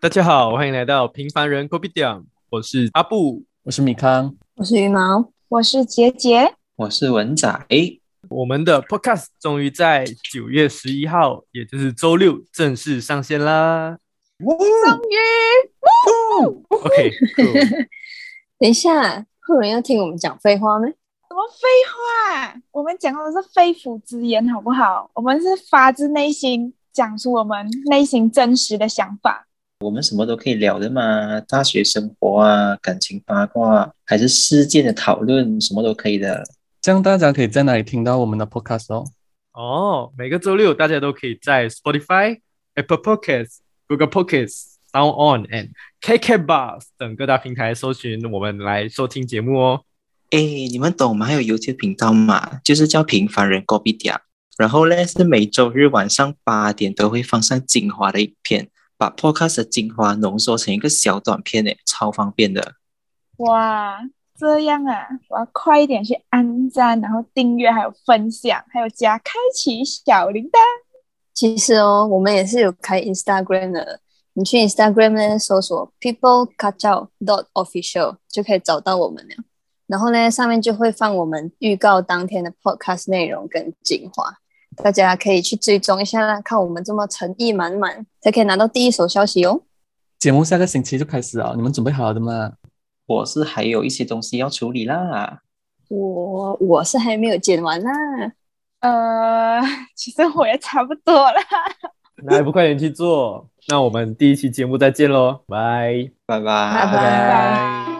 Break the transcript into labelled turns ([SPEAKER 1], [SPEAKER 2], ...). [SPEAKER 1] 大家好，欢迎来到平凡人 Kopi 点，我是阿布。
[SPEAKER 2] 我是米康，
[SPEAKER 3] 我是羽毛，我是杰杰，
[SPEAKER 4] 我是文仔，
[SPEAKER 1] 我们的 Podcast 终于在九月十一号，也就是周六正式上线啦。
[SPEAKER 3] 终于。
[SPEAKER 1] OK，cool
[SPEAKER 3] 等一下，会有人要听我们讲废话吗？
[SPEAKER 5] 什么废话？我们讲的是肺腑之言，好不好？我们是发自内心讲出我们内心真实的想法。
[SPEAKER 4] 我们什么都可以聊的嘛，大学生活啊，感情八卦，啊还是事件的讨论，什么都可以的。
[SPEAKER 2] 这样大家可以在哪里听到我们的 podcast 哦？
[SPEAKER 1] 哦，每个周六大家都可以在 Spotify、Apple Podcasts、Google Podcasts、Sound On and KK Bus 等各大平台搜寻我们来收听节目哦。
[SPEAKER 4] 哎，你们懂我们还有 YouTube 频道嘛？就是叫平凡人 g o b i d a 然后嘞，是每周日晚上八点都会放上精华的影片，把 Podcast 的精华浓缩成一个小短片，诶，超方便的。
[SPEAKER 5] 哇，这样啊，我要快一点去按赞，然后订阅，还有分享，还有加开启小铃铛。
[SPEAKER 3] 其实哦，我们也是有开 Instagram 的，你去 Instagram 呢搜索 people k a c h a dot official 就可以找到我们了。然后呢，上面就会放我们预告当天的 podcast 内容跟精华，大家可以去追踪一下啦，看我们这么诚意满满，才可以拿到第一手消息哦。
[SPEAKER 2] 节目下个星期就开始了，哦你们准备好了的吗？
[SPEAKER 4] 我是还有一些东西要处理啦。
[SPEAKER 3] 我我是还没有剪完啦，
[SPEAKER 5] 呃，其实我也差不多了。
[SPEAKER 1] 来，不快点去做。那我们第一期节目再见喽，拜。
[SPEAKER 4] 拜拜，
[SPEAKER 3] 拜拜
[SPEAKER 5] 拜拜。